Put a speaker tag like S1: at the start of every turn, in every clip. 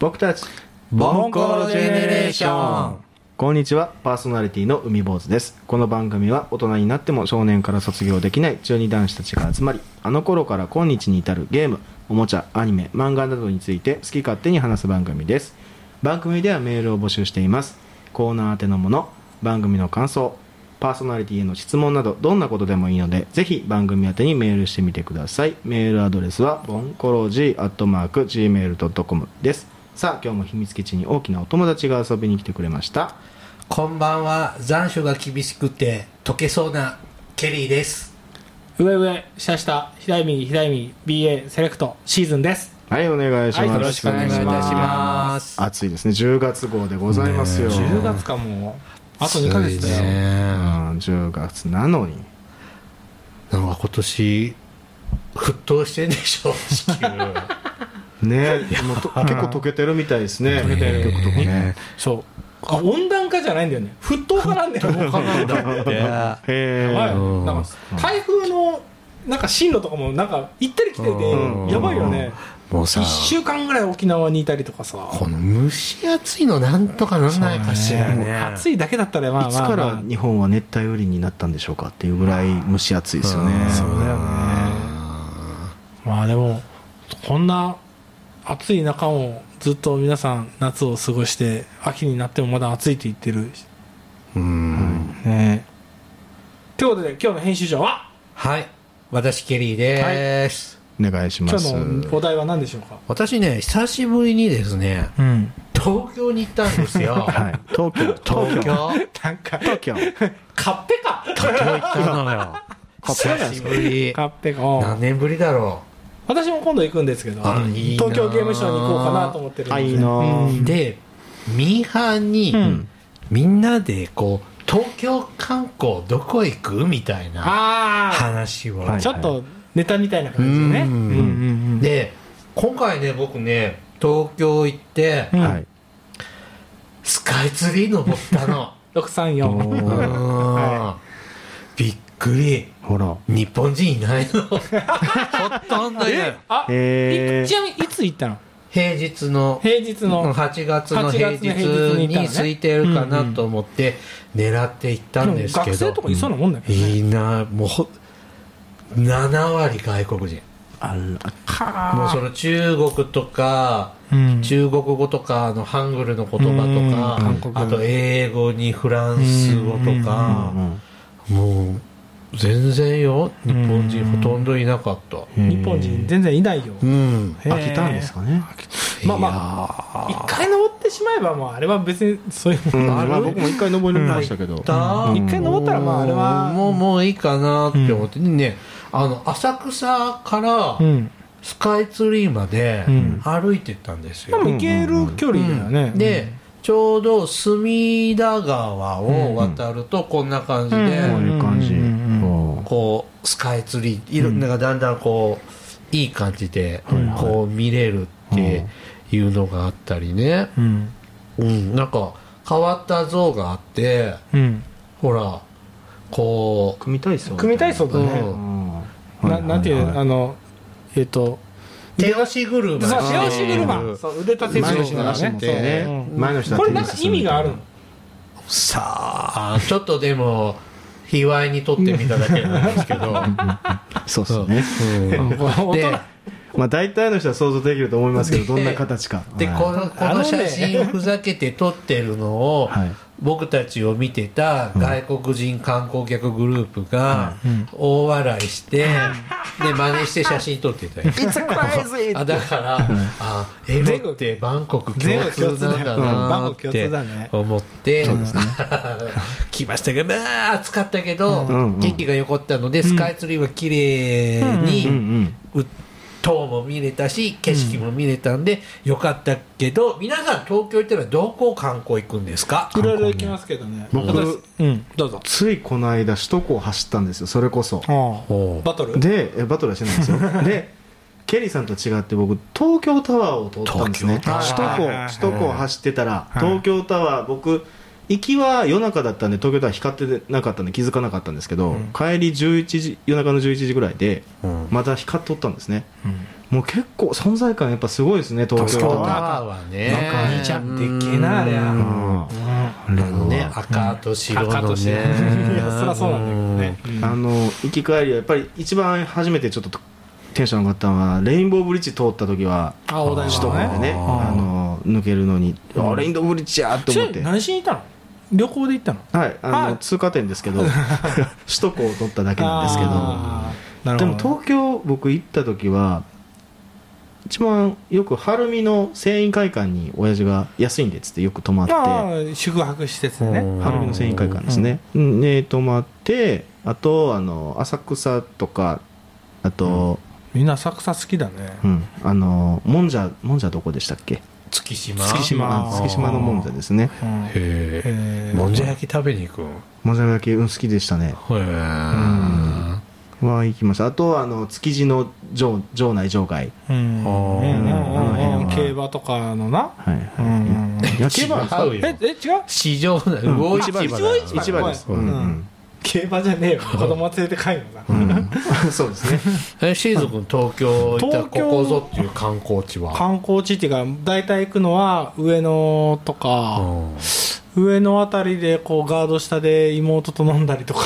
S1: 僕たち
S2: ボンコロジェネレーション
S1: こんにちはパーソナリティの海坊主ですこの番組は大人になっても少年から卒業できない中二男子たちが集まりあの頃から今日に至るゲームおもちゃアニメ漫画などについて好き勝手に話す番組です番組ではメールを募集していますコーナー宛てのもの番組の感想パーソナリティへの質問などどんなことでもいいのでぜひ番組宛てにメールしてみてくださいメールアドレスはボンコロジーアットマーク Gmail.com ですさあ今日も秘密基地に大きなお友達が遊びに来てくれました
S2: こんばんは残暑が厳しくて溶けそうなケリーです
S3: 上上下下左右左右 BA セレクトシーズンです
S1: はいお願いします、
S3: はいよろしくお願いいたします
S1: 暑いですね10月号でございますよ、
S2: ね
S3: 10月かもうあと2ヶ月だよ、
S1: う
S2: ね
S1: ん10月なのに
S2: なんか今年沸騰してんでしょ地球
S1: ねもうと結構溶けてるみたいですね
S3: 溶けてる
S1: 結構溶けね
S3: そうあ温暖化じゃないんだよね沸騰化なんだよ沸騰化なんだよ
S2: い
S1: へえ
S3: はい
S2: うん
S3: なんか台風のなんか進路とかもなんか行ったり来たり
S1: うん
S3: でやばいよね
S2: もうさ
S3: 1週間ぐらい沖縄にいたりとかさ
S2: この蒸し暑いのなんとかなんないかしらね
S3: 暑いだけだったらまあ
S1: いつ
S3: まあ
S1: か
S3: ま
S1: ら
S3: あ
S1: 日本は熱帯雨林になったんでしょうかっていうぐらい蒸し暑いですよね、
S3: そうだよねまあでもこんな暑い中をずっと皆さん夏を過ごして秋になってもまだ暑いって言ってる
S2: うん
S3: ねということで今日の編集長は
S4: はい私ケリーです、
S1: お願いしま
S3: 今
S1: す
S3: 日のお題は何でしょうか
S4: 私ね久しぶりにですね
S3: うん
S4: 東京に行ったんですよ
S1: はい、東京
S4: 東京
S3: なんか
S1: 東京
S3: カッペか
S4: 東京行った のよ久しぶり
S3: カッペか
S4: 何年ぶりだろ
S3: 私も今度行くんですけど
S4: うあいいな
S3: 東京ゲームショウに行こうかなと思ってるんで
S1: あいいなあ
S3: うん
S4: でミーハーに、
S3: うん
S4: みんなでこう東京観光どこ行くみたいな
S3: あ
S4: 話を、
S1: は
S3: あ
S1: い
S3: ちょっとネタみたいな感じでね
S4: うん
S3: うんうんうん
S4: で今回ね僕ね東京行って、
S3: うん
S1: はい
S4: スカイツリー登った の
S1: お
S3: 634
S4: うー
S1: ー
S4: ん、びっくり
S1: ほら
S4: 日本人いないのほとんどいない
S3: あ
S1: へー
S3: いちなみにいつ行ったの
S4: 平日の
S3: 平日の
S4: 8月の平日
S3: 8月の平日に行ったのね
S4: に空いてるかなと思って狙って行ったんですけど
S3: 学生とかいそうなもんだけどね
S4: いいなもうほ7割外国人
S1: あら
S4: もうその中国とか、
S3: うん
S4: 中国語とかのハングルの言葉
S3: うん
S4: と
S3: 韓
S4: か
S3: 国
S4: あと英語にフランス語とか
S1: うん
S4: もう全然よ日本人ほとんどいなかった
S1: へー
S3: 日本人全然いないよ
S4: うん
S3: へー
S1: 飽きたんですかね
S3: まあまあ
S4: あ
S3: 一回登ってしまえばもうあれは別にそういうもん
S1: うん
S4: ある
S1: まあ僕も一回登りましたけど
S4: た
S3: 一回登ったらまああれは
S4: もうもういいかなって思って、ねあの浅草から
S3: うん
S4: スカイツリーまで
S3: うん
S4: 歩いてったんです
S3: で
S4: よ、
S3: も行ける距離だよね
S4: でちょうど隅田川を渡るとこんな感じで、
S1: こういう感じ
S3: うん
S1: うん
S4: こうスカイツリーいろんながだんだんこういい感じでこう見れるっていうのがあったりね、
S3: うん
S4: うん、なんか変わった像があって
S3: うん
S4: ほらこ
S1: 組体操
S3: 組体操
S4: う、
S3: だ
S4: う
S3: ね
S4: ん
S3: ななんていうあのえっと
S4: 手押し車
S3: そう手押し
S4: うん
S3: 車そう腕立て
S1: 前の
S3: 伏せし
S1: 人が
S3: ながら
S1: 足持
S3: ね
S1: ってね
S3: そううん
S1: 前の人が
S3: こ
S1: 手
S3: れなんか意味があるの
S4: さあちょっとでも卑猥に撮ってみただけなんですけど、
S1: そうですね
S4: うんで
S1: まあ大体の人は想像できると思いますけ どどんな形か
S4: で
S1: はい
S4: このこ
S3: あの
S4: の
S3: ね
S4: 写真をふざけて撮ってるのを、
S1: はい
S4: 僕たちを見てた外国人観光客グループが大笑い して、で真似して写真撮ってたよあだからあエロってバンコク共通なんだなっ
S3: 全
S4: て
S3: 部共通だね
S4: 思って、 来ましたけどまあ暑かったけど、
S1: んうん
S4: 天気が良かったので、スカイツリーは綺麗 に。
S1: うんうん
S4: う塔も見れたし景色も見れたんで、よかったけど皆さん東京行ったらどこ観光行くんですか
S3: いろいろ行きますけどね
S1: 僕
S3: うんどうぞ
S1: ついこの間首都高を走ったんですよそれこそ
S4: ほう
S3: バトル
S1: でえバトルはしてないんですよ でケリーさんと違って僕東京タワーを通ったんですね首
S4: 東
S1: 都
S4: 京
S3: タワーはいはいはい
S1: 高首都高を走ってたら
S3: い
S1: 東京タワー僕行きは夜中だったんで東京タワー光ってなかったんで気づかなかったんですけど、帰り11時夜中の11時ぐらいで
S4: うん
S1: また光っとったんですね、もう結構存在感やっぱすごいですね東京タ
S4: タ
S1: ワ
S4: ワーはね
S3: 中見ちゃってっけえなあれ
S1: ー
S3: は
S1: うん
S3: うん
S4: あのね赤と白
S3: 赤
S4: の
S3: と白
S4: ね
S3: いやそりゃそうなんだけどね
S1: あの行き帰りはやっぱり一番初めてちょっとテンション上がったのはレインボーブリッジ通った時は
S3: あお台
S1: 首
S3: 場
S1: 都
S3: の
S1: 高で
S3: ね
S1: ね
S3: あ
S1: あ
S3: ー
S1: の抜けるのに、あレインボーブリッジやと思っ
S3: そ
S1: て
S3: れ。何しに行ったの旅行で行ったの
S1: はい、あ
S3: あ
S1: の通過点ですけ ど首都高を取っただけなんですけど
S3: あーなる
S1: で
S3: ほ
S1: も
S3: ど
S1: 東京僕行った時は一番よく晴海の船員会館に親父が安いんでっつってよく泊まって晴
S3: ああ宿泊施設でね
S4: うん
S1: 海の船員会館ですね、うんで泊まってあとあの浅草とかあと、
S3: みんな浅草好きだね
S1: うんあのもんじゃもんじゃどこでしたっけ
S4: 月島
S3: 月島
S1: あ月島のもんじゃですね
S3: うんへ
S4: へえ
S3: え
S4: もんじゃ焼き食べに行くんへ
S1: もんじゃ焼き、うん、好きでしたね
S4: え
S1: は行きましたあとはあの築地の城城内城外
S3: うん
S4: ー
S3: ね
S4: うん
S1: あの
S3: う
S1: 辺
S3: ん
S1: は
S3: 競馬とかのな
S1: はい
S3: うんうんうん
S1: いや競馬なんですか
S4: 違うよ
S3: ええ違う
S4: 市場な魚市場だ
S3: 魚市
S1: 市場です、
S3: うん
S1: うん
S3: 競馬じゃねえよ子供連れて帰るのな
S1: うん そうですね
S4: えシーズン君東京行ったらここぞっていう観光地は
S3: 観光地っていうか大体行くのは上野とか、
S4: うん
S3: 上野あたりでこうガード下で妹と飲んだりとか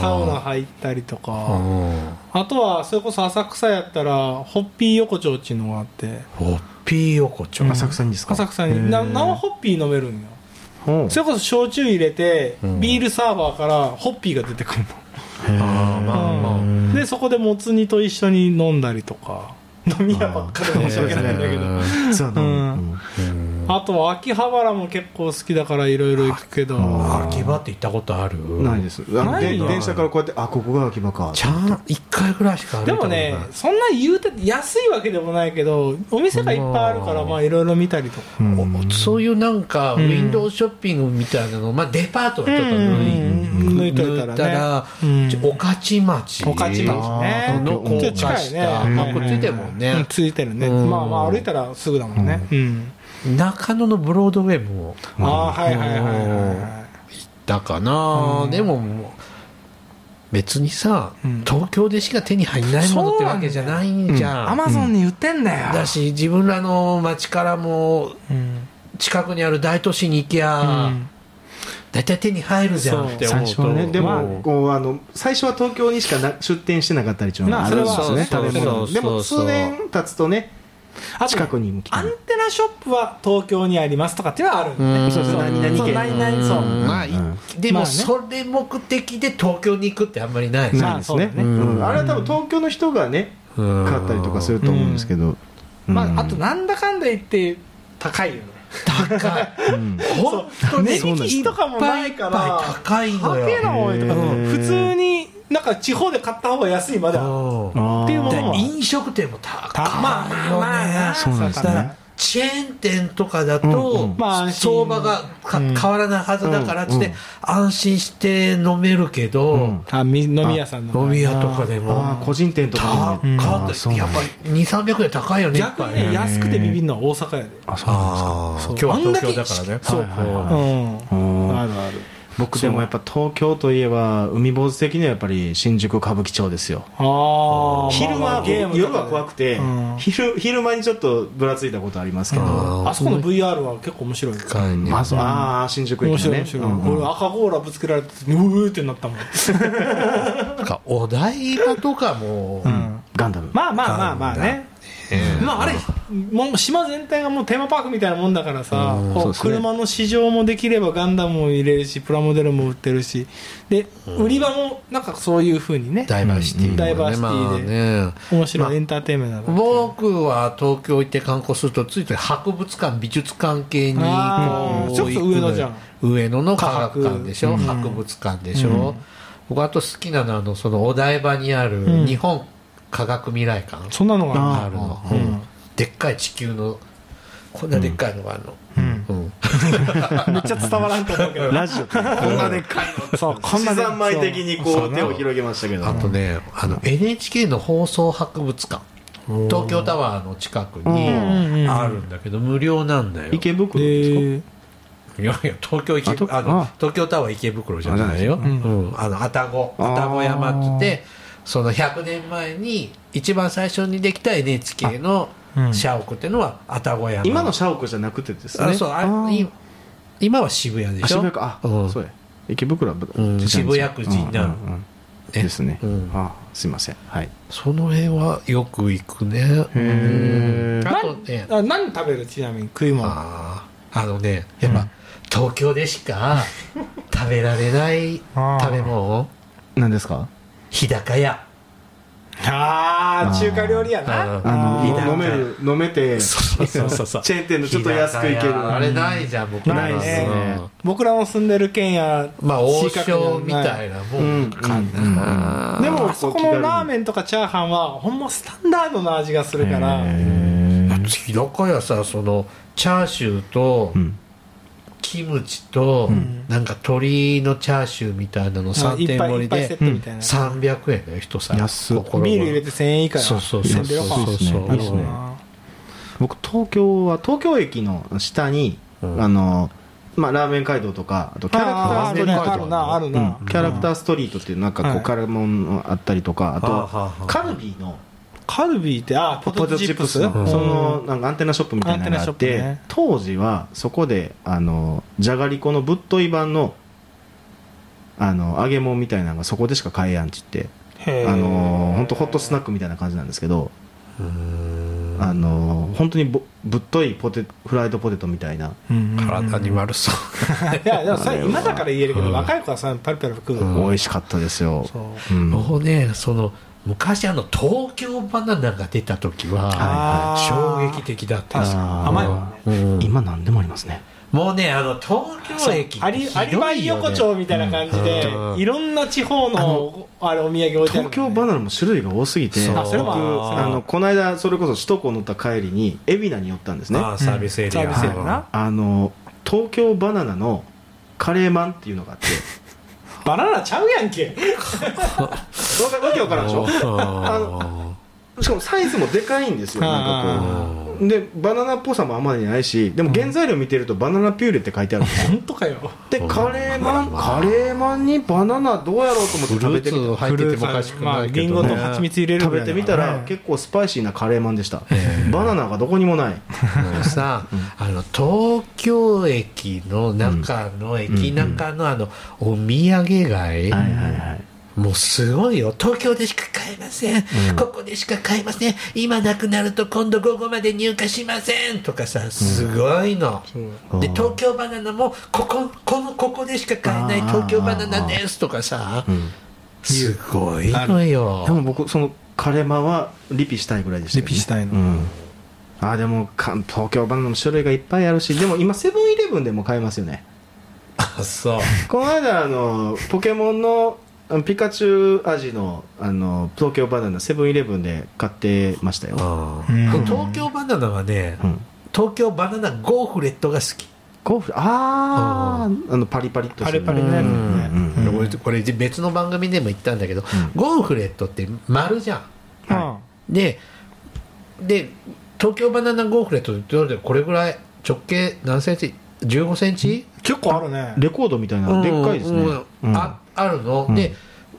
S3: サウナ入ったりと
S4: う
S3: か、
S4: ん
S3: あとはそれこそ浅草やったらホッピー横丁っていうのがあって
S4: ホッピー横丁
S1: 浅草にですか
S3: 浅草にな生ホッピー飲めるんよ
S1: ほう
S3: それこそ焼酎入れて、
S4: うん
S3: ビールサーバーからホッピーが出てくる
S1: へー
S4: あーまあまあ
S3: の、でそこでもつ煮と一緒に飲んだりとか飲み屋ばっかで申し訳ないんだけど、
S1: そうだな
S3: うん
S1: うん
S4: うん
S3: あとは秋葉原も結構好きだからいろいろ行くけど
S1: あ
S4: 秋葉って行ったことある
S1: ないですあの
S3: ない
S1: で
S3: よ
S1: 電車からこうやってあここが秋葉か
S4: ちゃん一回ぐらいしか歩い
S3: で
S4: たこと
S3: も
S4: ない
S3: ねそんな言うて安いわけでもないけどお店がいっぱいあるから
S4: うん
S3: まあいろいろ見たりとか
S1: うん
S4: おそういうなんかウ
S3: ん
S4: ィンドウショッピングみたいなのまあデパートはちょっと
S3: うん
S4: 抜
S3: 抜
S4: い
S3: い
S4: て
S3: と
S4: 抜
S3: い
S4: い
S3: た
S4: た
S3: ら
S4: ら
S3: ね
S4: ちょ御徒町
S3: 御徒町ね
S4: の高
S3: ち
S4: 架
S3: ょっと
S4: 下
S3: 近いね
S4: まあこっちでも
S3: う
S4: ね
S3: んついてるね
S4: うん
S3: まあまあ歩いたらすぐだもんねうん
S4: 中野のブロードウェイも
S3: ああはいはいはいはいは
S4: だかな、
S3: うん
S4: でももう別にさ、
S3: うん
S4: 東京でしか手に入らないものってわけじゃないんじ
S3: い
S4: ゃん
S3: アマゾンに売ってんだよ
S4: だし自分らの町からも
S3: うん
S4: 近くにある大都市に行きゃ、
S3: うん
S4: 大体手に入るじゃんって
S1: 最
S4: 思う
S1: 初
S4: と
S1: はねで
S4: まあ
S1: もこうあの最初は東京にしかな出店してなかったりっていうのがあるんですね
S4: まあ
S1: 食べ
S4: そ
S1: 物
S4: うそう
S1: でも
S4: そうそう
S1: 数年経つとね
S3: あと
S1: 近くにも来て
S3: アンテナショップは東京にありますとかっていうのはあるんでね
S1: そうそう何々
S3: そう
S1: 県
S3: 何々そう
S1: うん
S4: まあいで
S3: ま
S4: も
S3: あね
S4: それ目的で東京に行くってあんまりないじゃ
S1: なんいですね
S3: まあそう
S1: う
S3: だね
S1: んあれは多分東京の人がね
S4: うん
S1: 買ったりとかすると思うんですけど
S3: ま
S1: うん
S3: ああとなんだかんだ言って高いよね
S4: 高い
S1: うん
S4: 本当に
S3: 値
S1: そうな
S3: 引
S1: んです
S3: きとかもないから
S4: いっぱい高いのよ
S3: 高えの多いとか
S1: へー
S3: 普通になんか地方で買った方が安いまでは
S4: うん
S3: っていうも
S4: で
S3: のは
S4: 飲食店も高いよね、
S3: まあまあまあ
S1: そうなんですね
S4: だからチェーン店とかだと、
S1: うんうん
S3: まあ安心
S4: 相場がか
S3: うん
S4: 変わらないはずだからっつって、
S1: うんうん
S4: 安心して飲めるけど、
S1: うん
S3: あみ飲み屋さんの
S4: 飲み屋とかで
S1: あ
S4: も
S1: あ個人店とか
S4: 高
S1: にも
S4: か
S1: あ
S4: っ
S1: ー
S4: た
S1: そう
S4: や
S1: な
S4: っ
S1: ん
S4: ぱ
S1: だ
S4: り2300円高いよねやっ
S3: 逆
S4: ぱ
S3: に
S4: り
S3: ね
S4: ね
S3: 安くてビビるのは大阪やで
S1: あそうなんですか
S4: あー
S3: そう
S4: 今日は東京だからね
S1: そう
S4: はい
S1: は
S4: はい
S3: う
S1: い
S3: ん
S1: うん
S3: あるある
S1: 僕でもやっぱ東京といえば海坊主的にはやっぱり新宿歌舞伎町ですよ
S3: ああ
S1: 昼は夜は怖
S3: く
S1: くて
S3: うん
S1: 昼昼間にちょっとぶらついたことありますけど
S4: あー
S3: あそこの VR は結構面白い
S4: 確かに
S1: まずああ新宿
S3: 面
S1: 駅
S3: 白い
S1: ね
S3: 面白い、
S1: うんうん
S3: 俺赤ゴーラぶつけられてうーってなったもん、
S4: なんかお台場とかも、
S1: ガンダム
S3: まあまあまあまあねまあ、あれもう島全体がもうテーマパークみたいなもんだからさ、
S4: うん
S3: こう
S1: そうですね
S3: 車の市場もできればガンダムも入れるしプラモデルも売ってるしで、売り場もなんかそういうふうにね
S4: ダイバーシティ、ね
S3: ダイバーシティで
S4: まあね
S3: 面白い、
S4: まあ
S3: エンターテインメントだな
S4: 僕は東京行って観光するとついつい博物館美術館系にこ
S3: あー
S4: う
S3: ちょっと上野じゃん
S4: 行くのよ上野の科学館でしょ、
S3: 科学
S4: 博物館でしょ、僕あと好きなのはあのそのお台場にあ
S3: う
S4: る
S3: ん
S4: 日本科学未来館
S3: そんなのが
S4: があるの、
S3: うん
S4: うんでっかい地球のこんなでっかいのがあるの、
S3: うん
S4: うん
S3: めっちゃ伝わらんと思うけ ど
S1: ラジオこんなでっかい
S3: そうこんな
S1: 自
S3: ね
S1: 然米的にこ
S3: そう
S1: 手を広げましたけど
S4: あとねあの NHK の放送博物館東京タワーの近くに
S3: うん
S4: あるんだけど無料なんだよ
S1: 池袋ですか
S3: で
S4: いやいや東京池
S1: あと
S4: あの
S1: あ
S4: 東京タワー池袋じゃないよ、
S3: じゃないですか
S4: うんあの愛宕
S1: あー
S4: 愛宕山って言ってその100年前に一番最初にできた NHK の社屋っていうのは愛宕山
S1: 今の社屋じゃなくてですね
S4: あそうあ
S1: ー
S4: い今は渋谷で
S1: あ
S4: しょ
S1: 渋谷かあ、
S4: うん
S1: そうや池袋はぶ
S4: う
S1: 時短
S4: ん
S1: です
S4: 渋谷区時
S1: うんう
S4: 短
S1: んうん
S4: ね
S1: ですね、
S4: うん
S1: あすいませんはい
S4: その辺はよく行くね
S1: へー
S4: あとね
S3: あ何食べるちなみに食い物あ
S4: あーあのねやっぱ、東京でしか食べられない
S3: あー
S4: 食べ物
S1: 何ですか
S4: 日高屋
S3: あー中華料理や
S4: あ
S3: な
S4: ー
S1: あ
S4: あ
S1: の
S4: ー
S1: 飲める飲めて
S4: そうそうそうそう
S1: チェーン店のちょっと安くいけ
S4: 日
S1: る
S4: 高屋あれないじゃん僕ら
S3: ないね
S4: うん
S3: 僕らの住んでる県や
S4: まあ王
S3: 近くには
S4: 将みたいなもんかな
S1: でも
S3: あそこのラー
S1: ン
S3: メンとかチャーハンはほんまスタンダードな味がするから
S4: 日高屋さそのチャーシューと
S1: ん
S4: キムチとなんか鶏のチャーシューみたいなの3
S3: いっ
S4: 点
S3: ぱい
S4: 盛
S3: いっ
S4: り
S3: ぱいセ
S4: で
S3: ットみたいな、
S4: 300円だよ人さ
S1: 安っ
S4: 心
S3: ビール入れて1000円以下や
S4: そうそうそう
S3: 1000
S4: そう
S3: か
S4: そう
S1: そう
S4: そう
S1: です
S4: そう
S1: ね僕東京は東京駅の下に、
S4: うん
S1: あのまあラーメン街道とかあとキャラクター
S3: あ
S1: ス
S3: ー
S1: トリー
S3: あるなあるな、
S1: トキャラクターストリートっていうなんかこ
S3: は
S1: う
S3: い
S1: 辛いものあったりとかあ
S4: はあはあ
S1: とカルビーの
S3: カルビーってあポ
S1: ポ
S3: テ
S1: テト
S3: トチ
S1: チ
S3: ッ
S1: ッ
S3: プ
S1: プ
S3: ス
S1: スのそ
S3: う
S1: の
S3: ん
S1: なんかアンテナショップみたいなのがあっ
S3: アンテナシ
S1: て、
S3: ョップね
S1: 当時はそこであのじゃがりこのぶっとい版のあの揚げ物みたいなのがそこでしか買えやんちって
S3: へー
S1: あの本当ホットスナックみたいな感じなんですけどあの本当にぼぶっといポテフライドポテトみたいな
S3: うん
S4: 体に悪そう
S3: いやでもさ今だから言えるけど、
S4: うん
S3: 若い子はさパルパル食う、
S1: 美味しかったですよ
S3: そう
S1: うん
S4: もうねその昔あの東京バナナが出た時は
S3: あー
S4: 衝撃的だった
S3: 確かに
S1: あー
S3: 甘いもんね
S4: うん
S1: 今何でもありますね
S4: もうねあの東京駅
S3: アリアリバイ横丁みたいな感じで、
S4: うん
S3: いろんな地方のあれお土産置いてある
S1: 東京バナナも種類が多すぎて
S4: そう
S1: 僕
S3: あそれもある
S1: あのこの間それこそ首都高乗った帰りに海老名に寄ったんですね
S4: ああサービスエリ
S3: サ
S4: ア,、
S3: ービスやな
S1: あの東京バナナのカレーマンっていうのがあ って
S3: バナナちゃうやんけ
S1: わかわけわからんでしょ
S4: あ
S1: しかもサイズもでかいんですよなんか
S4: の
S1: こうでバナナっぽさもあまりないしでも原材料見てるとバナナピューレって書いてあるんですよ
S3: 本当かよ
S1: でカレーマンカレーマンにバナナどうやろうと思って食
S4: フ
S1: べ
S4: ルー
S1: て
S4: ツ
S1: みた
S4: 入っててもおかしく
S3: まあ
S4: ないけ
S3: リン
S4: ど、
S3: ゴ
S4: ね
S3: と蜂蜜入れる
S1: 食
S3: ぐ
S1: べ
S3: い
S1: てみたら
S3: ね
S1: 結構スパイシーなカレーマンでしたバナナがどこにもない
S4: もうさ、あの東京駅の中の駅中のあのお土産街、
S1: はいはい
S4: もうすごいよ東京でしか買えません、ここでしか買えません今なくなると今度午後まで入荷しませんとかさすごいの、で東京バナナもこここのここでしか買えない
S1: あー
S4: 東京バナナですとかさ、
S1: ん
S4: すごいのよ
S1: でも僕そのカレーマンはリピしたいぐらいでしたよね
S3: リピしたいの
S1: うんあでもか東京バナナの種類がいっぱいあるしでも今セブンイレブンでも買えますよね
S4: あ そう
S1: この間あのポケモンのあのピカチュウ味のあの東京バナナセブンイレブンで買ってましたよ、
S3: うん
S4: 東京バナナはね、
S1: うん、
S4: 東京バナナゴーフレットが好き
S1: コーフあーあのパリパリっとしてる
S3: パリパリね
S1: うんうん
S4: これこれ別の番組でも言ったんだけど、ゴーフレットって丸じゃん
S3: うん
S4: でで東京バナナゴーフレットってどれだこれぐらい直径何センチ15センチ、
S3: 結構あるね
S1: レコードみたいなでっかいですね、
S4: うん
S1: うん
S4: ああるの、
S1: ん
S4: で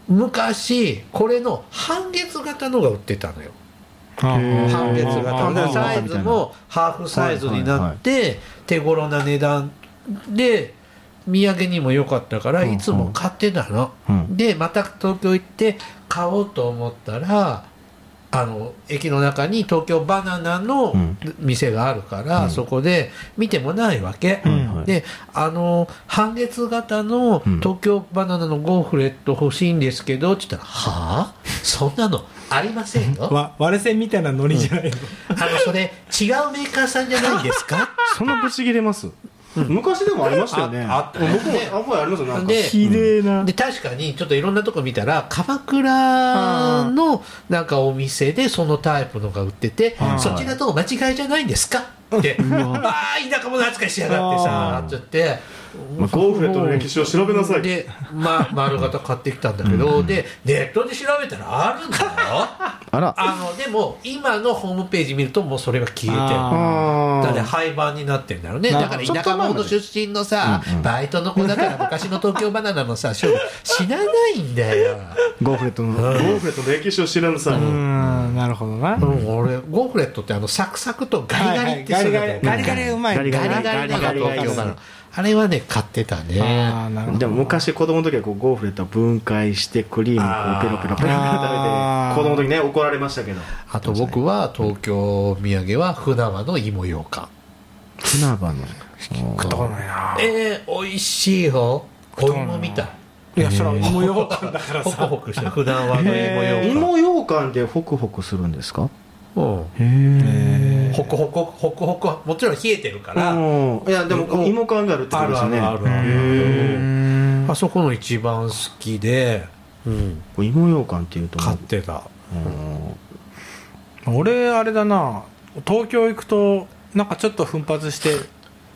S4: 昔これの半月型のが売ってたのよ
S1: へー
S4: 半月
S1: あ
S4: 型
S1: ー
S4: のサイズもハーフサイズになって手頃な値段で土産にも良かったからいつも買ってたの、
S1: うん
S4: でまた東京行って買おうと思ったらあの駅の中に東京バナナの
S1: うん
S4: 店があるから、そこで見てもないわけ、
S1: はいはい
S4: であの半月型の
S1: うん
S4: 東京バナナのゴーフレット欲しいんですけどって言ったら「はあそんなのありませんよ」
S3: わ割れ線みたいなノリじゃないの、
S4: あの、それ、違うメーカーさんじゃないんです か
S1: そんなぶち切れます、昔でもありましたよね
S4: ああったよね
S1: 僕もあんまりありますよなんか
S4: で
S1: 綺麗な
S4: で、確かに、ちょっといろんなとこ見たら、鎌倉の、なんかお店でそのタイプのが売ってて
S1: は、い
S4: そっちだとお間違いじゃないんですかって、 ああ、田舎者扱いしやがってさ、つって、
S1: まあゴーフレットの歴史を調べなさい
S4: で、ま、丸型買ってきたんだけど、で、ネットで調べたらあるんだよ。
S1: あら
S4: あの、で、でも今のホームページ見るともうそれは消えてる
S1: あ
S4: だ
S1: ー
S4: から廃盤になってんだろうね
S1: な
S4: だから田舎者出身のさ、
S1: うんうん
S4: バイトの子だから昔の東京バナナのさ勝負死なないんだよ、
S1: ゴーフレットのゴーフレットの歴史を知らぬさ、
S3: うーんなるほどな、
S4: うん、俺ゴーフレットってあのサクサクとガリガリって
S3: ガ
S4: す
S3: リ
S4: る
S3: ガ
S4: だ
S3: リ
S4: よ
S3: ガリガリうまい
S1: ガリ
S4: ガリガリのが東京バナナあれはね買ってたね
S3: あーなるほど
S1: でも昔子供の時はこうゴーフレットを分解してクリームをこうペロペロペロペロ
S3: あー
S1: 食べて子供の時ね怒られましたけど
S4: あと僕は東京土産は船場の芋ようかん
S1: 船場の
S3: 食ったことないな
S4: えー、美味しいよお芋みたい
S3: いやそれは芋ようかんだから
S4: ホク
S3: さ
S4: ホクした船場の芋ようかん
S1: 芋羊羹でホクホクするんですか
S4: うん
S1: へ
S4: ホクホクホクホクはもちろん冷えてるから、
S1: いやでも芋感があるってこ
S4: あ
S1: とで
S4: る
S1: す
S4: あ
S1: よね
S4: るあるある、
S1: へー
S4: あそこの一番好きで、うん、
S1: 芋羊羹っていうと
S4: 買ってた
S1: うん
S3: 俺あれだな東京行くとなんかちょっと奮発して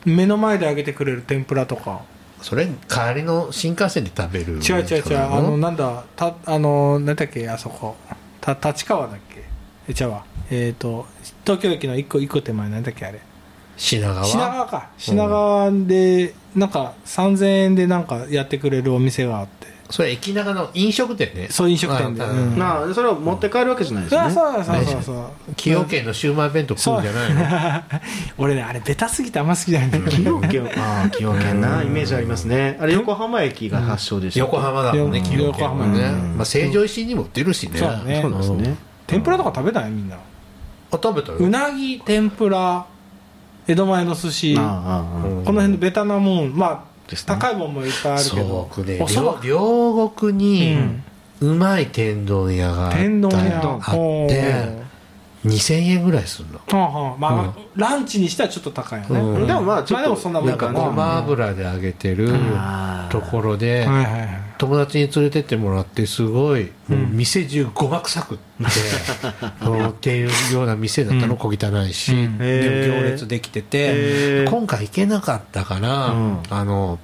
S3: 目の前で揚げてくれる天ぷらとか
S4: それ帰りの新幹線で食べる
S3: 違う違う違うあのなんだたあのなんだっけあそこた立川だっけえちゃうわえっ、と東京駅の一個一個手前なんだっけあれ
S4: 品川
S3: 品川か品川でなんか3000円でなんかやってくれるお店があって
S4: それ駅長の飲食店ね
S3: そう飲食店で、
S4: ああ
S3: うん、
S1: なあそれを持って帰るわけじゃないです
S3: そ
S1: よ
S3: う
S1: ね
S3: そうそうそうそう
S4: 崎陽軒のシウマイ弁当食うんじゃないの
S3: 俺ねあれベタすぎてあんま好きじゃないんだけど
S1: 崎陽軒 ああ崎陽軒なイメージありますねあれ横浜駅が発祥でした
S4: 横浜だもんね
S3: うん
S4: 崎陽軒はね、
S3: 横
S1: 浜ね
S4: まあ、成城石井にも売ってるしね
S3: そうだね
S1: そうなんですね
S3: 天ぷらとか食べたいみんな
S4: あ食べたよ
S3: うなぎ天ぷら江戸前の寿司
S1: ああ
S3: こ
S1: ああああ
S4: うん
S3: の辺のベタなもんまあ
S1: ですね
S3: 高いもんもいっぱいあるけど
S4: そうね
S3: おそば
S4: 両両国に
S3: うん
S4: うまい天丼屋があったよ
S3: 天丼屋
S4: あっ
S3: お
S4: て
S3: ー
S4: 2000円ぐらいするの
S3: はあはあまあランチにしてはちょっと高いよね
S4: うん
S1: でもまあちょ
S3: ま
S1: っ
S3: あで
S1: と
S3: もそんなもん
S1: な
S3: だ
S1: んか
S3: ね
S1: ね
S4: ごま油で揚げてる
S1: あ
S4: ところで
S3: はいはいはい
S4: 友達に連れてってもらってすごいもう店中ごま臭くってうんっていうような店だったの小汚いし
S3: うん
S4: で
S1: へー
S4: 行列できて
S1: へ
S4: て
S1: ー
S4: 今回行けなかったから
S1: うん
S4: あの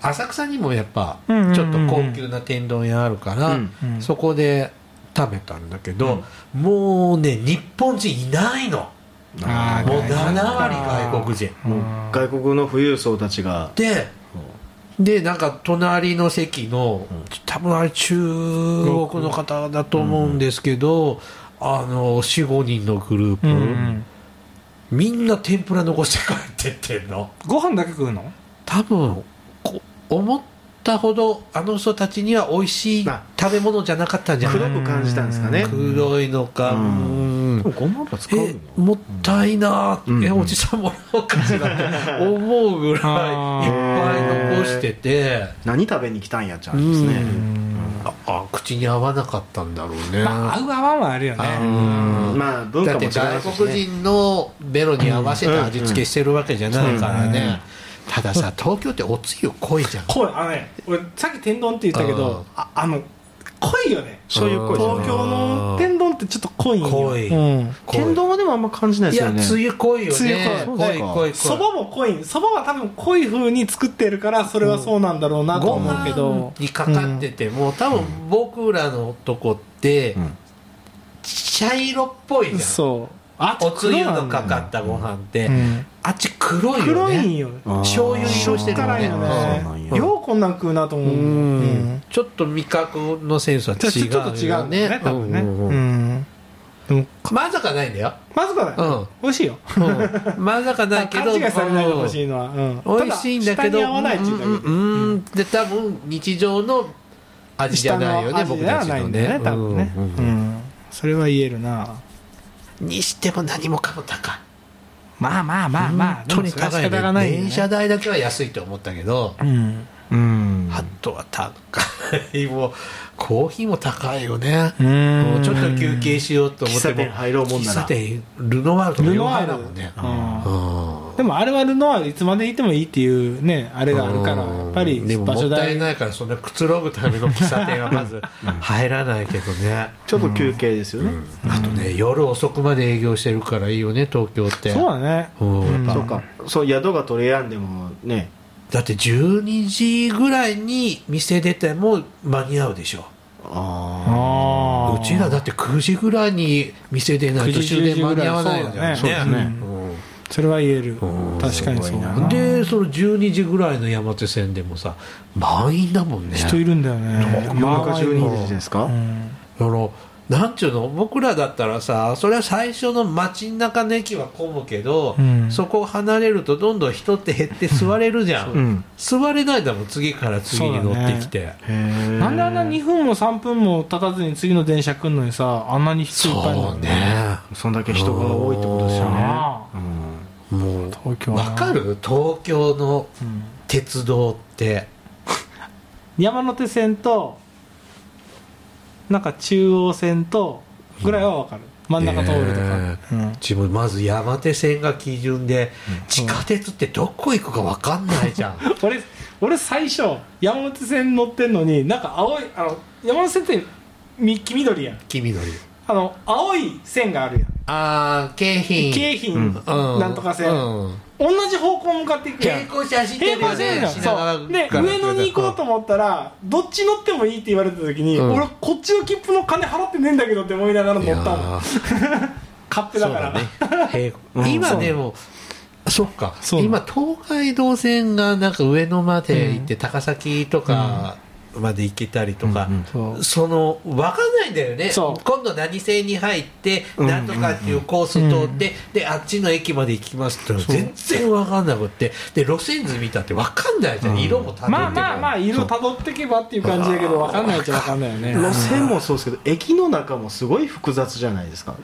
S4: 浅草にもやっぱち
S3: うんうんうんうん
S4: ょっと高級な天丼屋あるから
S1: うん
S3: うん
S4: そこで食べたんだけどもうね日本人いないの
S3: あー
S4: もう
S3: 外国人
S4: 7割外国人
S3: うん
S1: もう外国の富裕層たちが
S4: ででなんか隣の席の、多分あれ中国の方だと思うんですけど、あの45人のグループ、
S3: うんうん
S4: みんな天ぷら残して帰ってってんの
S3: ご飯だけ食うの
S4: 多分こ思ったほどあの人たちには美味しい
S1: あ
S4: 食べ物じゃなかったんじゃな
S1: 黒
S4: い
S1: く感じたんですかね
S4: 黒いのか、
S1: うん
S4: うん
S1: でもごま油使うの
S4: えもったいな、
S1: うん
S4: え
S1: うん
S4: おじさんもらおうかしら って思うぐらいいっぱい残してて。
S1: 何食べに来たんやっちゃうんですね
S4: ああ口に合わなかったんだろうね、
S3: まあ合う合わんはあるよ
S4: あ
S3: ね
S1: うんまあ文化
S4: だっ
S1: も違
S4: て
S1: いますし
S4: 外国
S1: ね
S4: 人のベロに合わせて味付けしてるわけじゃないからね、
S3: うんうん
S4: たださ東京っておつゆ濃いじゃん
S3: 濃いあのね俺さっき天丼って言ったけどああの濃いよね
S1: 醤油っぽいですよ
S3: 東
S1: ね
S3: 京の天丼ってちょっと濃いんよ
S4: 濃い
S3: うん
S4: 濃い
S1: 天丼はでもあんま感じない
S4: い
S1: ですよ
S4: や
S1: ね
S4: つゆ濃いよ
S3: つゆ
S4: ね
S1: 濃
S4: 濃
S1: いそうか
S4: い濃い濃い
S3: そばも濃いそばは多分濃い風に作ってるからそれはそうなんだろうなと
S4: ご
S3: 思うけど
S4: 飯にかかってても、多分僕らのとこって、
S1: うん
S4: 茶色っぽいじゃん
S3: そうあ
S4: おつゆのかかったご飯って、
S3: うん
S4: あっち黒いよね
S3: 黒いんよ
S1: あー
S4: 醤油色してるよ
S3: 辛い
S4: ね
S1: そ
S3: よ
S1: うなん
S3: ね
S1: や
S3: ようこんなん食うなと思ううん
S4: ちょっと味覚のセンスは
S3: ちょ
S4: 違う
S3: ちょっと違
S4: よ
S3: うんだよね多分ね
S4: うんうんうん
S3: うんでも
S4: まさかないんだよ、
S3: まずくは
S4: う
S3: ない
S4: ん
S3: 美味しいよ
S4: うんまさかないけど
S3: 勘違いされないでほしいのはうん
S4: うん美味しいんだけど
S3: た下に合わないっていうだけで
S4: うんうんうんで多分日常の味じゃないよね
S3: 下の味
S4: 僕
S3: で
S4: た
S3: は
S4: ち
S3: ない
S4: の
S3: んだよ
S4: ね
S3: ね多分ね
S4: うんうん
S3: うんそれは言えるな
S4: にしても何もかも高い
S3: まあまあまあまあ
S4: 本当に高い
S3: でもそれは仕方がないよね
S4: 電車代だけは安いと思ったけど
S3: うん
S1: うん
S4: あとは高い もうコーヒーも高いよね
S3: うん
S4: もうちょっと休憩しようと思っても
S1: 喫茶店入ろうもんなら
S4: 喫茶店ルノワールとか
S3: ル
S4: 4
S3: ノワ
S4: 杯
S3: ール
S4: だもんね
S3: うん
S4: うん
S3: でもあれはルノアいつまでいてもいいっていうねあれがあるから
S4: うん
S3: やっぱり
S4: でも
S3: 場
S4: も
S3: 所
S4: ったい
S3: 代
S4: ないからそんなくつろぐための喫茶店はま ず入らないけどね
S1: ちょっと休憩ですよね
S4: あとね夜遅くまで営業してるからいいよね東京って
S3: そうだね
S4: うんやっ
S1: そ
S4: ぱ
S1: うかそう宿が取れやんでもね
S4: だって12時ぐらいに店出ても間に合うでしょ
S1: あ
S3: ああー
S4: うちらだって9時ぐらいに店出ないと終電間に合わないよね
S3: そうだねそれは言える確かに
S1: す
S3: そ
S1: ごい
S3: うだ
S1: な
S3: な
S4: でその12時ぐらいの山手線でもさ満員だもんね
S3: 人いるんだよね
S1: 夜中12時ですか、
S3: うん
S4: あのなんちゅうの僕らだったらさそれは最初の街中の駅は混むけど、
S3: うん
S4: そこを離れるとどんどん人って減って座れるじゃん、
S1: うん
S4: 座れないんだもん次から次に乗ってきて
S3: なんであんな2分も3分も経たずに次の電車来んのにさあんなに人いっ
S4: そ
S3: ぱいなの
S4: うね
S1: そんだけ人が多いってことですよね
S3: ああ
S4: もう
S3: 東京
S4: わか
S3: る、
S4: る東京の
S3: うん
S4: 鉄道って
S3: 山手線となんか中央線とぐらいはわかる真ん中通るとか、
S4: ねえ
S3: うん
S4: 自分まず山手線が基準で、地下鉄ってどこ行くか分かんないじゃん
S3: 俺俺最初山手線乗ってんのになんか青いあの山手線ってみ黄緑やん
S4: 君のり
S3: あの青い線があるやん
S4: ああ京浜
S3: 京浜、
S4: うん
S3: なんとか線、
S4: うん
S3: 同じ方向向かっていくやん
S4: 平行線走ってる
S3: 平
S4: よ
S3: 行
S4: ね
S3: 線じゃん
S4: 品川
S3: そうで
S4: から
S3: 上野に行こうと思ったらどっち乗ってもいいって言われた時に、
S4: うん
S3: 俺こっちの切符の金払ってねえんだけどって思いながら乗
S4: い
S3: っ
S4: や
S3: たもん
S4: ー
S3: 勝手だから
S4: 平行
S1: うん
S4: 今
S1: そう
S4: でもそっか
S3: そう
S4: 今東海道線がなんか上野まで行って高崎とかまで行けたりとか、
S3: そう
S4: その分かんないんだよね
S3: そう
S4: 今度何線に入って
S1: うん
S4: 何とかっていうコース通って、であっちの駅まで行きますって全然分かんなくってで路線図見たって分かんないじゃん、色もたどって
S3: まあまあまあ色たどってけばっていう感じだけど分かんないっちゃ分かんないよね
S1: 路線もそうですけど駅の中もすごい複雑じゃないですか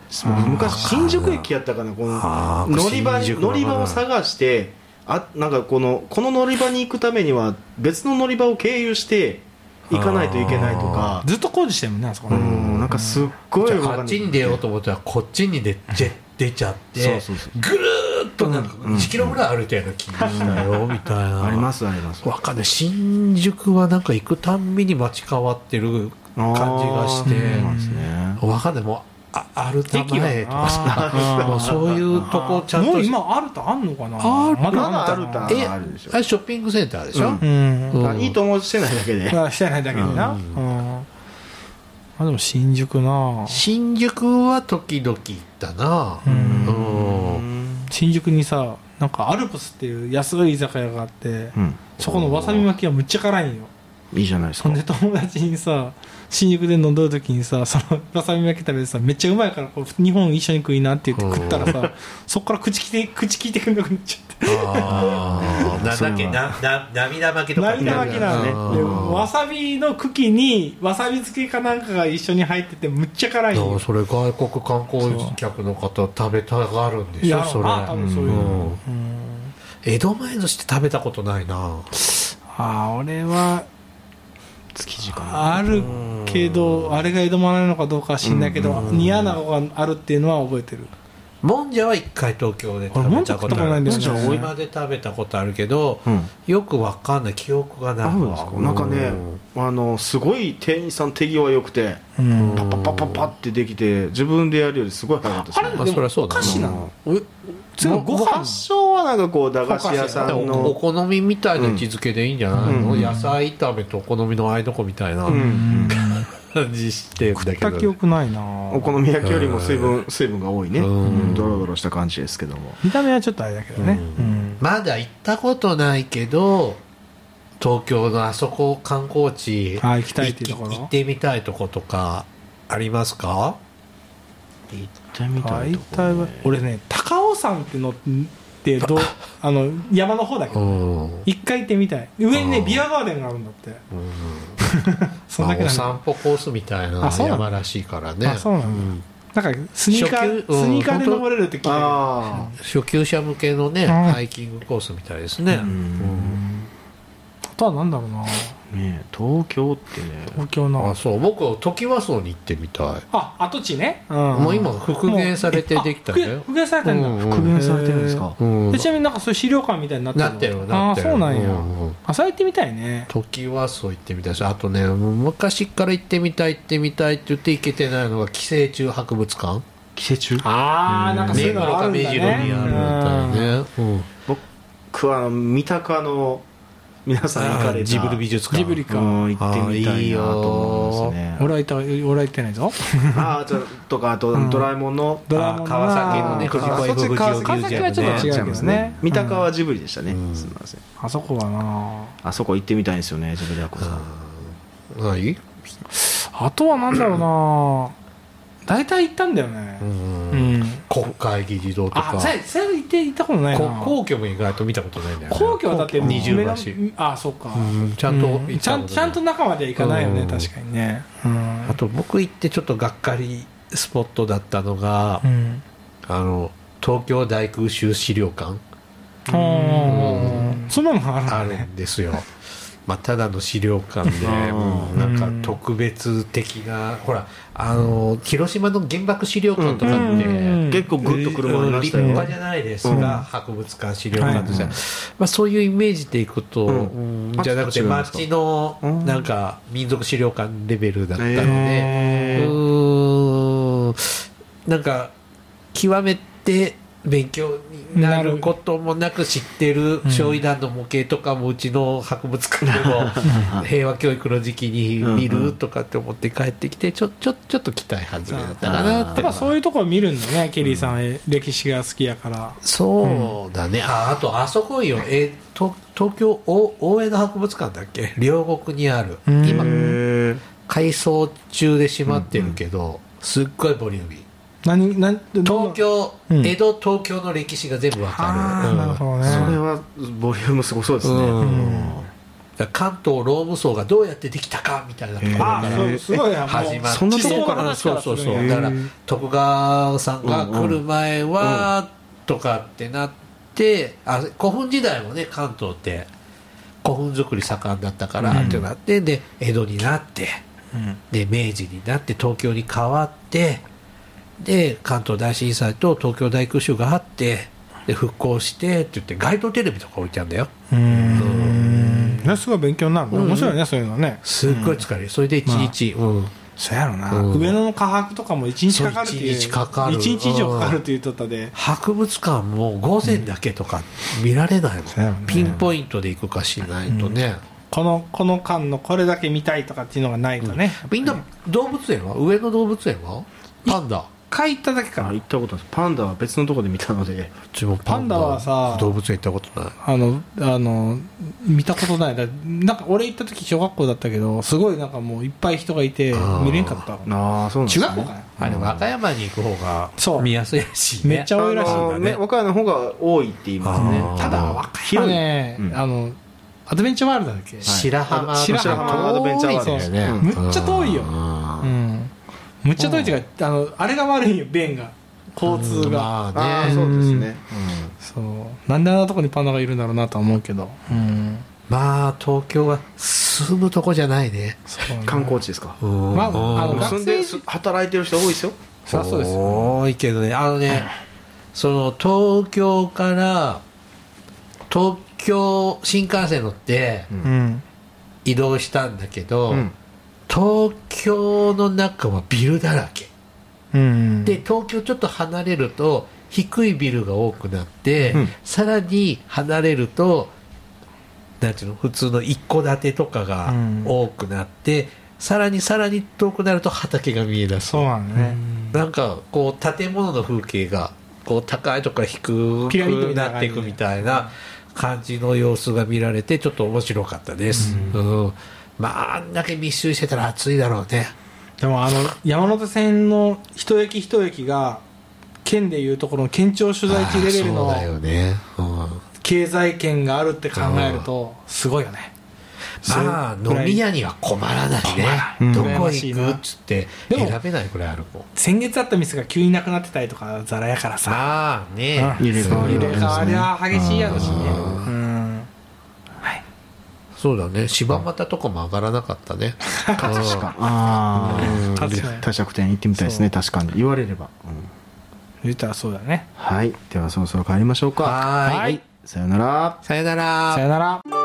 S1: 昔新宿駅やったかなこ
S4: あ
S1: の
S4: ー
S1: 乗り場
S4: 新宿だな
S1: 乗り場を探してあなんかこのこの乗り場に行くためには別の乗り場を経由して行かないといけないとか
S3: ずっと工事してるもんねあそこ
S1: う
S3: ね
S1: んなんかすっごい
S4: じゃ
S1: わ
S4: あ
S1: かん
S4: あっ
S1: ない
S4: ちに出ようと思ったらこっちに出出出ちゃって
S1: そうそうそう
S4: ぐるーっとなんか1キロぐらい歩いたような気がしたよみたいな
S1: ありますあります
S4: わかんない新宿はなんか行くたんびに街変わってる感じがし
S1: あーそうなんで
S4: て
S1: すね
S4: わかんないもうあアルタ前とかさ
S3: 駅が
S4: もうそういうとこちゃん
S3: も
S4: と
S3: う今アルタあんのかな
S4: ある
S1: ま
S3: ま
S1: だ
S3: だ
S1: あ
S3: あ
S1: る
S3: る
S1: か
S3: か
S4: え
S1: あるでしょ
S4: あれショッピングセンターでしょ、
S1: うん
S3: うん
S4: うん
S1: あいいと思してないだけで
S3: まあしてないだけでな
S1: う
S3: うんまあでも新宿な
S4: 新宿は時々行ったな
S3: うん
S4: うん
S3: 新宿にさなんかアルプスっていう安い居酒屋があって
S1: うん
S3: そこのわさび巻きがむっちゃ辛いんよ
S1: いいじゃないです
S3: そ
S1: か
S3: んで友達にさ新宿で飲んどる時にさそのわさび巻き食べてさめっちゃうまいからこう日本一緒に食いなって言って食ったらさそこから口きて口きいてくんなくなっちゃって
S4: あーな
S1: それは
S4: だっけなな涙巻き とか
S3: 涙巻きなのね
S4: うん
S3: でわさびの茎にわさび漬けかなんかが一緒に入っててむっちゃ辛いん
S4: だから
S3: よ
S4: それ外国観光客の方食べたがるんで
S3: い
S4: しょ
S3: や
S4: それ
S3: まあ多分そういうの
S4: うん
S3: うん
S4: 江戸前寿司って食べたことないな
S3: ああ俺は
S1: 築地かな
S3: あるけどあれが江戸前なのかどうかは知んないけど煮穴子があるっていうのは覚えてる
S4: もんじゃは一回東京で食べたことある
S3: 俺もんじゃ食ったことないんですよね
S4: もんじゃ今で食べたことあるけど、
S1: うん
S4: よくわかんない記憶がない
S1: あるんですかなんかねあのすごい店員さん手際良くて
S3: うん
S1: パッパッパッパッってできて自分でやるよりすごい早かったですね
S3: あれ
S4: まあそりゃそうだな
S3: お菓子なの
S4: え
S3: 全部ご飯
S1: 発祥はなんかこう駄菓子屋さん
S4: おお
S1: の
S4: 好みみたいな位置づけでいいんじゃないの、
S1: うんうん
S4: 野菜炒めとお好みのあいのこみたいな
S1: うん
S4: 感じしてんだけど、
S3: 全く記憶ないな
S1: お好み焼きよりも水分水分が多いね
S4: うん
S1: うんドロドロした感じですけども
S3: 見た目はちょっとあれだけどね、
S4: う
S3: うん
S4: まだ行ったことないけど東京のあそこ観光地
S3: あ行きたいっていうところ
S4: 行行ってみたいとことかありますか
S1: 行ってみたい
S3: 大
S1: とこ
S3: 体は俺ね高尾山ってのってどう あの山の方だけ
S4: う
S3: ど
S4: ん、
S3: 一回行ってみたい上に
S4: う
S3: ね
S4: ん
S3: ビアガーデンがあるんだって そん
S4: まあ
S3: だけ
S4: お
S3: なんだ
S4: 散歩コースみたいな
S3: あそうなの
S4: 山らしいからね
S3: あそうなんだなんかスニーカー
S4: 初級うん
S3: スニーカーで登れるって聞いた
S1: あ
S4: 初級者向けのね、
S3: うん
S4: ハイキングコースみたいですね、
S1: あうん
S3: あとはなんだろうな
S1: ねえ東京ってね
S3: 東京
S4: あ
S3: の
S4: そう僕トキワ荘に行ってみたい、
S3: あ跡地ね、ん
S4: もう今復元されてできたんだ
S3: もう
S4: よ
S3: えあ復元復元されてんだ、
S4: うん
S1: 復元されてるんですか
S4: うん
S3: でちなみになんかそういう資料館みたいになってる
S4: な
S3: の
S4: ってるなってる
S3: ああそうなんや、
S4: うんうん
S3: あそうやってみたいね
S4: 時はそう行ってみたいしあとねもう昔から行ってみたい行ってみたいって言って行けてないのが寄生虫博物館
S1: 寄生虫
S3: ああなんかそう
S4: 目
S3: いうのがあ
S4: 黒と目
S3: るんだね
S4: 白にあるみたいね、うん
S1: 僕はあの三鷹の皆さん行かれた
S4: ジブリ美術館
S3: ジブリか
S1: うん行ってみたいなと思いますね
S3: 俺は行った俺は行ってないぞ
S1: あーちょとかあと、ドラえもんの
S3: ドラえもんの
S4: 川崎のね藤
S1: あ
S4: 子 F 不二雄ミュージアム
S3: 川崎はちょっと違う
S4: ね
S1: 違いますね三鷹はジブリでしたね、すみません
S3: あそこはな
S1: あそこ行ってみたいんですよねジブリアコさん
S4: はい
S3: あとはなんだろうな大体行ったんだよ
S4: う
S3: ねうんん
S4: 国会議事堂と
S3: あ
S4: か
S3: ささ行って行ったことないな
S4: こ皇居も意外と見たことないんだよね
S3: 皇居はだって
S4: 二重橋
S3: 目のあそうか
S4: うんちゃんと行ったことな
S3: う
S4: い
S3: ちゃんちゃんと中までは行かないよね
S4: うん
S3: 確かにねうん
S4: あと僕行ってちょっとがっかりスポットだったのが、
S3: うん
S4: あの東京大空襲資料館
S3: うんそんなのあ
S4: あ
S3: る
S4: るんですよ、まあ、ただの資料館で、
S1: うん
S4: うんなんか特別的なほらあの広島の原爆資料館とか
S3: う
S4: って、
S3: ん
S1: 結構グッとくるものありまし
S4: 立
S1: たよ、
S4: 派じゃないですが、博物館資料館として、
S1: はい
S4: まあ、そういうイメージでいくと、
S1: うん
S4: うんじゃなくて
S1: あ違うんですか
S4: 町の
S1: うん
S4: なんか民族資料館レベルだったので、
S1: へー
S4: うーんなんか極めて勉強になることもなく知ってる焼夷弾の模型とかもうちの博物館で も平和教育の時期に見るとかって思って帰ってきてちょちょちょっと期待外れだったかなって
S3: やっぱそういうところ見るんだねケリーさん歴史が好きやから
S4: そうだね、ああとあそこよえと東京お大江戸博物館だっけ両国にある
S3: うん
S4: 今
S1: へー
S4: 改装中で閉まってるけど、すっごいボリューミー
S3: 何何
S4: 東京、
S3: うん
S4: 江戸東京の歴史が全部わか
S3: あ
S4: る、
S3: あ
S4: うん
S3: なるほど
S1: それ
S3: ね
S1: はボリュームすごそうですね、
S4: うんだから関東ローム層がどうやってできたかみたいなところか
S3: あ
S4: ら
S3: あそうすごいなもう
S4: 始まって
S1: そんなとこ
S3: 地層
S1: か
S3: の
S1: ら
S3: 話
S4: そ
S3: か
S4: う
S3: らす
S4: そ
S3: る
S4: うん
S3: や
S4: そうだから徳川さんが来る前は、とかってなってあ古墳時代もね関東って古墳作り盛んだったからってなって、で江戸になってで明治になって東京に変わってで関東大震災と東京大空襲があってで復興してって言って街頭テレビとか置いてあるんだよ
S3: うんねすごい勉強になるね
S4: うん
S3: 面白いねそういうのね
S4: すっごい疲れる、それで一日、うん
S3: そうやろな
S4: うん
S3: 上野の科博とかも一日かかるっていう
S4: そう一日かかる
S3: 一日以上かかるって言っとったで
S4: 博物館も午前だけとか見られないもん、
S3: そうやろね
S4: ピンポイントで行くかしないとね、
S3: このこの間のこれだけ見たいとかっていうのがないとね
S4: みんな動物園は上野動物園はパンダ
S3: 書いただけか
S1: あ
S3: な
S1: 行ったことないですパンダは別のとこで見たので
S4: うちも
S3: パンダはさ
S4: 動物園行ったことない
S3: あのあの見たことないだなんか俺行った時小学校だったけどすごいなんかもういっぱい人がいて
S4: あー
S3: 見れんかったわ
S1: ああそうなんです
S3: 中
S1: ね
S3: 学校かな
S4: あれ和歌山に行く方が
S3: そう
S4: 見やすいし、ね、
S3: めっちゃ多いらしいん
S1: あ
S3: だ
S1: の
S3: ね
S1: ね若いの方が多いって言います
S4: あ
S1: ね
S4: ー
S1: ただ若い広い
S3: ね、
S1: うん
S3: あのアドベンチャーワールドだっけ、
S4: 白浜
S3: 白
S1: 白浜のアドベンチャーワールドですね
S4: ね
S1: うん
S3: むっちゃ遠いよ
S4: うん
S3: うんむっちゃ遠いっていうかあのあれが悪いよ便が交通が、
S4: ま
S1: あ
S4: あ
S1: あ
S4: ね
S1: そうですね
S3: そうなんであんなとこにパンダがいるんだろうなとは思うけどうん
S4: まあ東京は住むとこじゃないね
S3: そうね
S1: 観光地ですか
S4: うん
S3: まああの
S4: うん
S1: 住んです働いてる人多いですよ
S3: そりゃそうですよ
S4: 多いけどねあのねその東京から東京新幹線乗って
S3: うん
S4: 移動したんだけど、
S1: うん
S4: 東京の中はビルだらけ
S3: うん
S4: で東京ちょっと離れると低いビルが多くなって、
S1: うん
S4: さらに離れるとなんていうの普通の一戸建てとかが
S3: うん
S4: 多くなって、さらにさらに遠くなると畑が見えだす
S3: そうなんだね、
S4: なんかこう建物の風景がこう高いとこから低
S3: ピラミッド
S4: く
S3: みたいな
S4: なっ
S3: 感
S4: て
S3: じ
S4: いくみたいな感じの様子が見られてちょっと面白かったです、うんまああんだけ密集してたら暑いだろうね
S3: でもあの山手線の一駅一駅が県でいうところの県庁所在地レベル
S4: あーそう
S3: の
S4: だよね、うん
S3: 経済圏があるって考えるとすごいよね
S4: まあ
S3: それく
S4: 飲
S3: らい
S4: み屋には困らないね
S3: 困らない
S4: ど
S3: 羨
S4: こ
S3: ましい
S4: 行
S3: な
S4: くっつって
S3: でも
S4: 選べないくらいあるもん
S3: 先月あった店が急になくなってたりとかざらやからさ
S4: ああね
S3: うん
S1: 入れ替わり
S3: 入れ替わりは激しいやろしね
S4: あ
S3: うん
S4: そうだね柴又とかも上がらなかった ね確
S1: ああ
S4: うん
S3: 確かに
S1: 多尺店行ってみたいですね確かに言われればうん
S3: 言ったらそうだね
S1: はいではそろそろ帰りましょうか
S4: はーい
S1: さよなら
S4: さよなら
S3: さよなら